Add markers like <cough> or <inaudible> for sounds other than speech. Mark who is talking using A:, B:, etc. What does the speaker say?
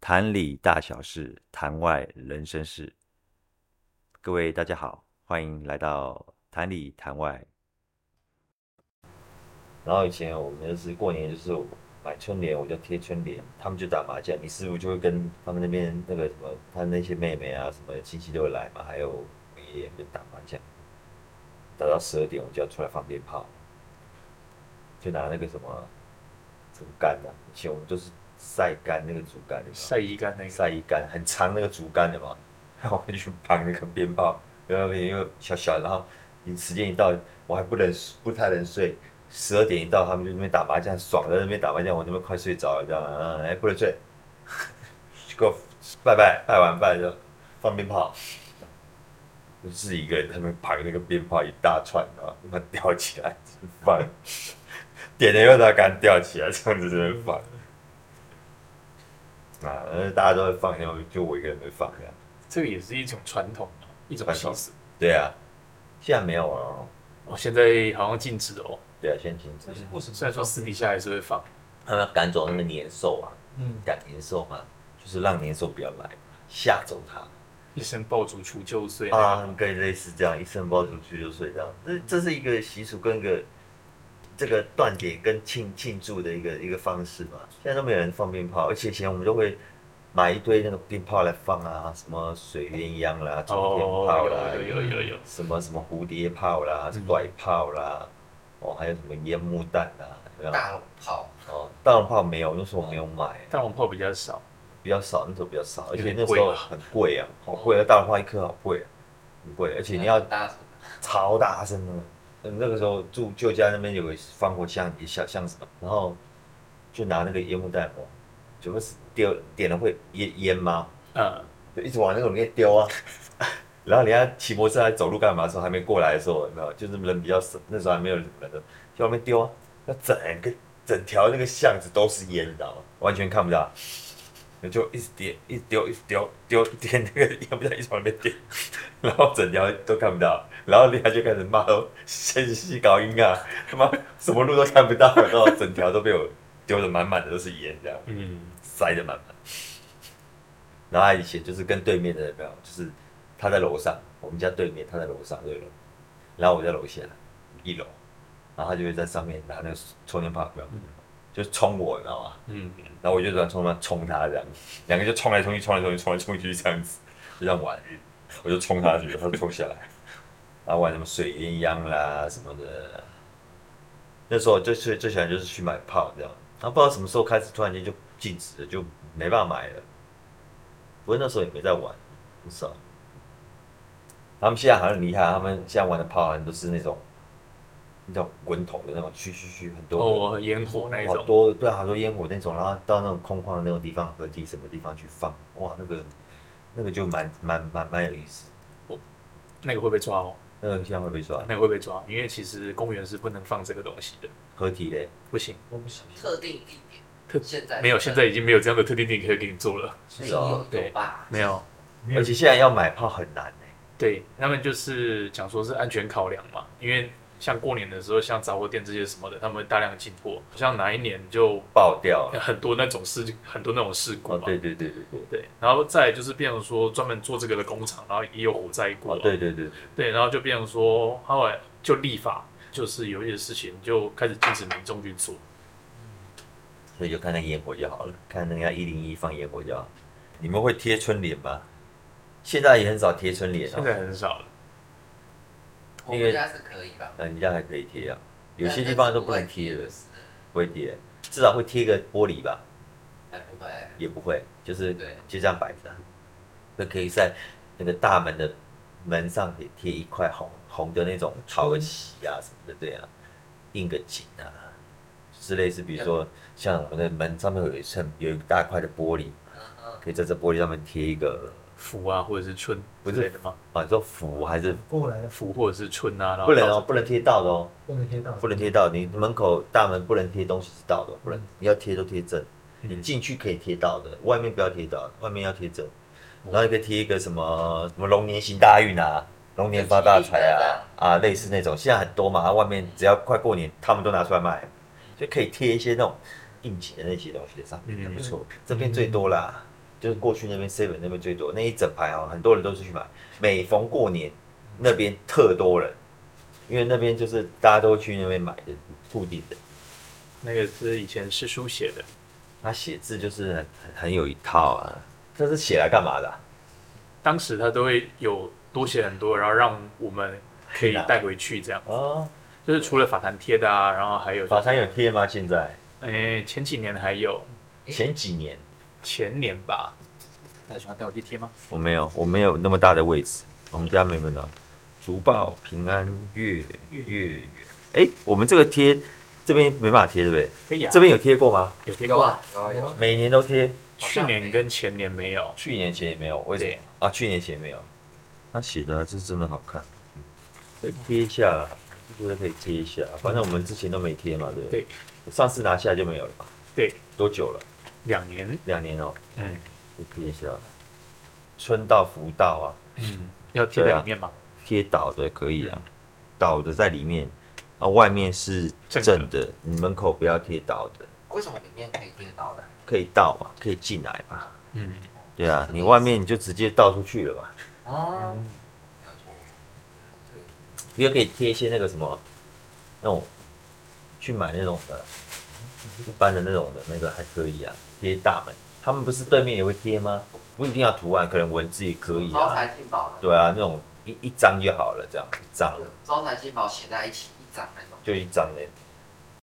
A: 坛里大小事，坛外人生事。各位大家好，欢迎来到坛里坛外。
B: 然后以前我们就是过年就是我买春联，我就贴春联，他们就打麻将，你师傅就会跟他们那边那个什么，他那些妹妹啊什么亲戚都会来嘛，还有我爷爷就打麻将，打到十二点我就要出来放鞭炮，就拿那个什么竹竿啊，以前我们就是晒干那个竹竿，有没有
C: 晒衣杆那个，
B: 晒一杆，很长那个竹竿的嘛，然后 <laughs> 我就去绑那个鞭炮，然后因为小小，然后你时间一到，我还不能不太能睡，十二点一到，他们就那边打麻将，爽在那边打麻将，我那边快睡着了，这样，嗯，哎，不能睡， <laughs> 就给我拜拜，拜完拜就放鞭炮，我自己一个人在那边绑那个鞭炮一大串啊，把它吊起来放，点了又把它杆吊起来，这样子在那边放。啊，呃大家都会放，然后就我一个人没放这样。
C: 这个也是一种传统啊，一种
B: 传
C: 习
B: 统
C: 俗。
B: 对啊，现在没有了哦。
C: 哦，现在好像禁止哦，
B: 对啊，现在禁止。
D: 为什么
C: 虽然说私底下还是会放。
B: 他们要赶走那个年兽啊，
D: 嗯，
B: 赶年兽嘛，就是让年兽不要来，吓走它。
C: 一声爆竹除旧岁，
B: 啊，跟类似这样，一声包出去就睡这样。这这是一个习俗跟一个这个断点跟庆庆祝的一个一个方式嘛。现在都没有人放鞭炮，而且以前我们都会买一堆那个鞭炮来放啊，什么水鸳鸯啦、冲天炮
C: 哦，
B: 啦，嗯
C: 有嗯有有有有，
B: 什么什么蝴蝶炮啦、甩炮啦，哦，还有什么烟幕弹啦，有没有？
D: 大龙炮，
B: 哦，大龙炮没有，那时候我没有买，
C: 大龙炮比较少，
B: 比较少，那时候比较少，而
C: 有
B: 且
C: 点
B: 那时
C: 贵哦
B: 候
C: 吧
B: 很贵啊，好贵啊，大龙炮一颗好贵啊，很贵，而且
C: 嗯
B: 你要
D: 大声，
B: 超大声的。嗯那个时候住旧家那边有个防火巷，一小巷子嘛，然后就拿那个烟幕弹哦，就会丢点了会烟烟吗？
C: 嗯，
B: 就一直往那个里面丢啊。然后人家骑摩托车还走路干嘛的时候，还没过来的时候，有没有？就是人比较少，那时候还没有人的时候，就往那边丢啊。那整个整条那个巷子都是烟，你知道吗？完全看不到。就一直点，一直丢，一直丢，丢点那个烟不弹，一直往那边点，然后整条都看不到，然后人家就开始骂说：“先细搞音啊，他妈什么路都看不到，然后整条都被我丢的满满的都是烟，这样。”
C: 嗯，
B: 塞得满满。然后他以前就是跟对面的人没有，就是他在楼上，我们家对面，他在楼上对楼，然后我在楼下一楼，然后他就会在上面拿那个充电炮，有没有就冲我，你知道吗？
C: 嗯，
B: 然后我就转冲他，冲他这样， <laughs> 两个就冲来冲去，冲来冲去，冲来冲去这样子，就这样玩，我就冲他去，他就冲下来， <laughs> 然后玩什么水鸳鸯啦什么的。那时候最最最喜欢就是去买炮这样，然后不知道什么时候开始突然间就禁止了，就没办法买了。不过那时候也没在玩，很少。他们现在好像很厉害，他们现在玩的炮好像都是那种那种滚筒的那种，去去去很多个
C: 哦，烟火那一
B: 好
C: 种，
B: 多对啊，好多烟火那种，然后到那种空旷的那种地方，河堤什么地方去放，哇，那个那个就蛮蛮蛮蛮有意思。
C: 那个会被抓哦，
B: 那个现在会被抓，
C: 那个会被抓，因为其实公园是不能放这个东西的，
B: 河堤嘞，
C: 不行，
B: 我不晓
D: 特定地点，
C: 特
D: 现在啊
C: 没有，现在已经没有这样的特定地可以给你做了，
D: 没
B: 是哦
D: 有，有吧？
C: 没有，
B: 而且现在要买炮很难欸
C: 对他们就是讲说是安全考量嘛，因为像过年的时候，像杂货店这些什么的，他们会大量进货，像哪一年就
B: 爆掉了。
C: 很多那种事，很多那种事故
B: 哦，
C: 嘛。
B: 对对对对对，
C: 对然后再来就是变成说专门做这个的工厂，然后也有火灾过、
B: 哦对对对，对
C: 对然后就变成说后来就立法，就是有一些事情就开始禁止民众去做。
B: 所以就看看烟火就好了，看人家一零一放烟火就好。你们会贴春联吗？现在也很少贴春联
C: 现在
B: 哦，
C: 很少了，
D: 我们家是可以吧？
B: 人家还可以贴啊，有些地方都不能贴了，
D: 是
B: 不会贴，至少会贴个玻璃吧。
D: 哎，不会，
B: 也不会，就是
D: 对
B: 就这样摆着，啊那可以在那个大门的门上也贴一块红红的那种草个旗啊什么的，对啊，印个景啊，就是类似比如说像我们的门上面有一层有一大块的玻璃，
D: 嗯嗯，
B: 可以在这玻璃上面贴一个
C: 福啊或者是春
B: 不
C: 之
B: 是
C: 类的吗？
B: 啊，你说符还是
E: 过来
C: 福或者是春啊，然后
B: 不能哦，不能贴到的哦，
E: 不能贴到，
B: 不能贴到，你门口大门不能贴东西是到的，不能你要贴都贴正。你
C: 嗯
B: 进去可以贴到的，外面不要贴到，外面要贴正。然后你可以贴一个什么什么龙年行大运啊，龙年发大财啊啊，类似那种，现在很多嘛，啊外面只要快过年，他们都拿出来卖，就可以贴一些那种应景的那些东西在上面，
C: 嗯
B: 不错。这边最多啦，就是过去那边 seven 那边最多，那一整排哦，很多人都是去买。每逢过年，那边特多人，因为那边就是大家都去那边买的固定的。
C: 那个是以前是书写的，
B: 他写字就是很很有一套啊，这是写来干嘛的啊、
C: 当时他都会有多写很多，然后让我们可以带回去，这样
B: 哦，
C: 就是除了法坛贴的啊，然后还有
B: 法餐有贴吗？现在
C: 哎前几年还有
B: 前几年
C: 前年吧，大喜欢带我去贴吗？
B: 我没有，我没有那么大的位置，我们家没有到。竹报平安月月月，哎，我们这个贴这边没办法贴，对不对？
C: 可以啊，
B: 这边有贴过吗？
C: 有贴
D: 有
C: 过啊，
D: 啊有啊有啊，
B: 每年都贴，
C: 去年跟前年没有，
B: 去年前也没有，为什
C: 对
B: 么啊？去年前没有，他写的啊这真的好看，可以贴一下啦，我觉得可以贴一下，反正我们之前都没贴嘛，对不对？
C: 对
B: 上次拿下来就没有了吧？
C: 对，
B: 多久了？
C: 两年，
B: 两年哦，
C: 嗯
B: 可以贴一下。春到福到啊，
C: 嗯，要贴在里面吗？
B: 贴倒的可以啊，倒的在里面，啊，外面是
C: 正的
B: 正的，你门口不要贴倒的，
D: 为什么里面可以贴到的？
B: 可以倒嘛，可以进来嘛，
C: 嗯，
B: 对啊，你外面你就直接倒出去了嘛，
C: 嗯
D: 哦，了解
B: 也可以贴一些那个什么，那种去买那种的，一般的那种的那个还可以啊，贴大门，他们不是对面也会贴吗？不一定要图案，可能文字也可以
D: 招
B: 啊，
D: 财进宝的，
B: 对啊，那种一一张就好了，这样一张
D: 啊招财进宝写在一起一张那种，
B: 就一张的，